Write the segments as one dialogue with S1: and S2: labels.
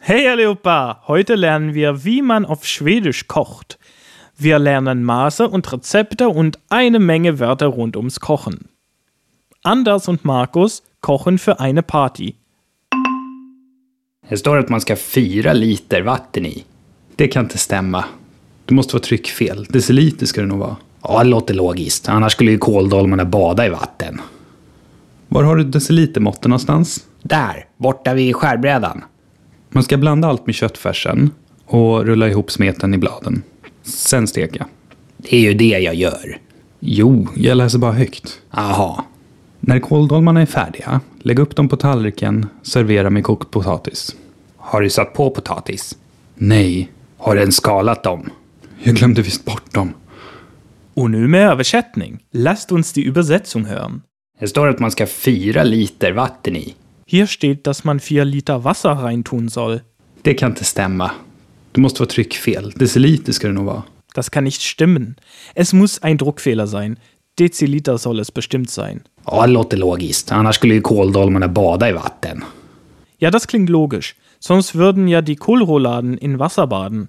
S1: Hey allihopa! Heute lernen wir, wie man auf Schwedisch kocht. Wir lernen Maße und Rezepte und eine Menge Wörter rund ums Kochen. Anders und Markus kochen für eine Party.
S2: Det står att man ska fyra liter vatten i. Det kan inte stämma. Det måste vara tryckfel. Deciliter ska det nog vara. Ja, det låter logiskt. Annars skulle ju kåldolmarna bada i vatten. Var har du decilitermåtten någonstans? Där, borta vid skärbrädan. Man ska blanda allt med köttfärsen och rulla ihop smeten i bladen. Sen steka. Det är ju det jag gör. Jo, jag läser bara högt. Aha. När kåldolmarna är färdiga, lägg upp dem på tallriken, servera med kokt potatis. Har du satt på potatis? Nej. Har den skalat dem? Jag glömde visst bort dem.
S1: Und mehr Übersetzung. Lasst uns die Übersetzung hören.
S2: Det står att man ska fyra liter vatten i.
S1: Hier steht, dass man 4 Liter Wasser reintun soll.
S2: Det kan inte stämma. Det måste vara tryckfel. Deciliter ska det nog vara.
S1: Das kann nicht stimmen. Es muss ein Druckfehler sein. Deziliter soll es bestimmt sein.
S2: Ja, det låter logiskt. Annars skulle ju kåldolmarna bada i vatten.
S1: Ja, das klingt logisch. Sonst würden ja die Kohlrouladen in Wasser baden.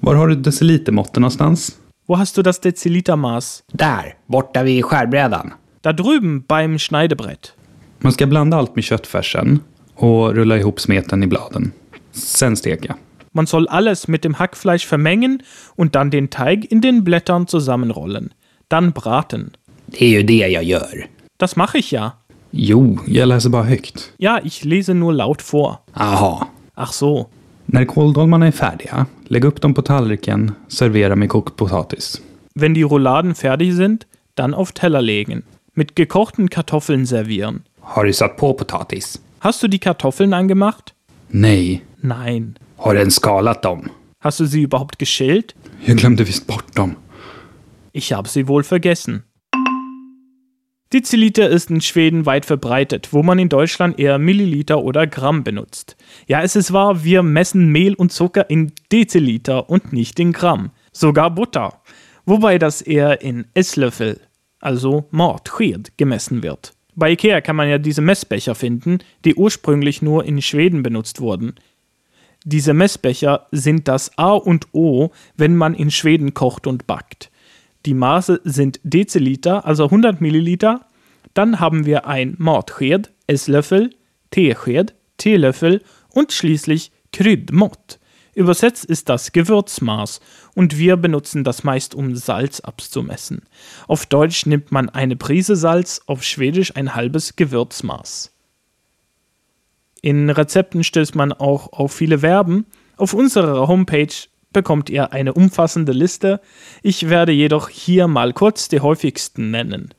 S2: Var har du decilitermåtten någonstans?
S1: Wo hast du das Dezilitermaß?
S2: Där, borta vid skärbrädan.
S1: Da drüben beim Schneidebrett.
S2: Man ska blanda allt med köttfärsen och rulla ihop smeten i bladen. Sen steka.
S1: Man soll alles mit dem Hackfleisch vermengen und dann den Teig in den Blättern zusammenrollen. Dann braten.
S2: Det är ju det jag gör.
S1: Das mache ich ja.
S2: Jo, jag läser bara högt.
S1: Ja, ich lese nur laut vor.
S2: Aha.
S1: Ach so.
S2: När kåldolmarna är färdiga, lägg upp dem på tallriken, servera med kokt potatis.
S1: Wenn die Rouladen fertig sind, dann auf Teller legen. Mit gekochten Kartoffeln servieren.
S2: Har du satt på potatis?
S1: Hast du die Kartoffeln angemacht?
S2: Nej.
S1: Nein.
S2: Har den skalat dem?
S1: Hast du sie überhaupt geschält?
S2: Jag glömde visst bort dem.
S1: Ich habe sie wohl vergessen. Deziliter ist in Schweden weit verbreitet, wo man in Deutschland eher Milliliter oder Gramm benutzt. Ja, es ist wahr, wir messen Mehl und Zucker in Deziliter und nicht in Gramm. Sogar Butter. Wobei das eher in Esslöffel, also Mordsked, gemessen wird. Bei Ikea kann man ja diese Messbecher finden, die ursprünglich nur in Schweden benutzt wurden. Diese Messbecher sind das A und O, wenn man in Schweden kocht und backt. Die Maße sind Deziliter, also 100 Milliliter. Dann haben wir ein Mordsked, Esslöffel, Teesked, Teelöffel und schließlich Kryddmått. Übersetzt ist das Gewürzmaß und wir benutzen das meist, um Salz abzumessen. Auf Deutsch nimmt man eine Prise Salz, auf Schwedisch ein halbes Gewürzmaß. In Rezepten stößt man auch auf viele Verben. Auf unserer Homepage bekommt ihr eine umfassende Liste. Ich werde jedoch hier mal kurz die häufigsten nennen.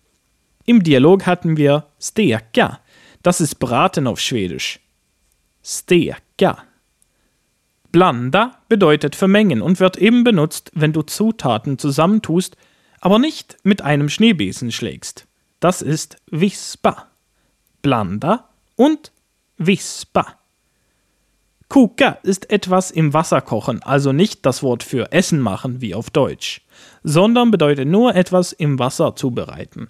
S1: Im Dialog hatten wir steka. Das ist braten auf Schwedisch. Steka. Blanda bedeutet vermengen und wird eben benutzt, wenn du Zutaten zusammentust, aber nicht mit einem Schneebesen schlägst. Das ist vispa. Blanda und Vispa. Kuka ist etwas im Wasser kochen, also nicht das Wort für Essen machen wie auf Deutsch, sondern bedeutet nur etwas im Wasser zubereiten.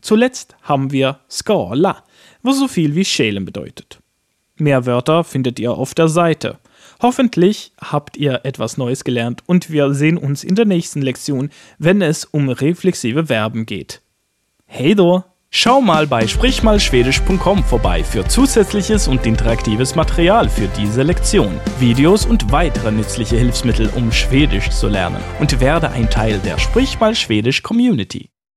S1: Zuletzt haben wir Skala, was so viel wie schälen bedeutet. Mehr Wörter findet ihr auf der Seite. Hoffentlich habt ihr etwas Neues gelernt und wir sehen uns in der nächsten Lektion, wenn es um reflexive Verben geht. Hey do! Schau mal bei sprichmalschwedisch.com vorbei für zusätzliches und interaktives Material für diese Lektion, Videos und weitere nützliche Hilfsmittel, um Schwedisch zu lernen und werde ein Teil der Sprichmal Schwedisch Community.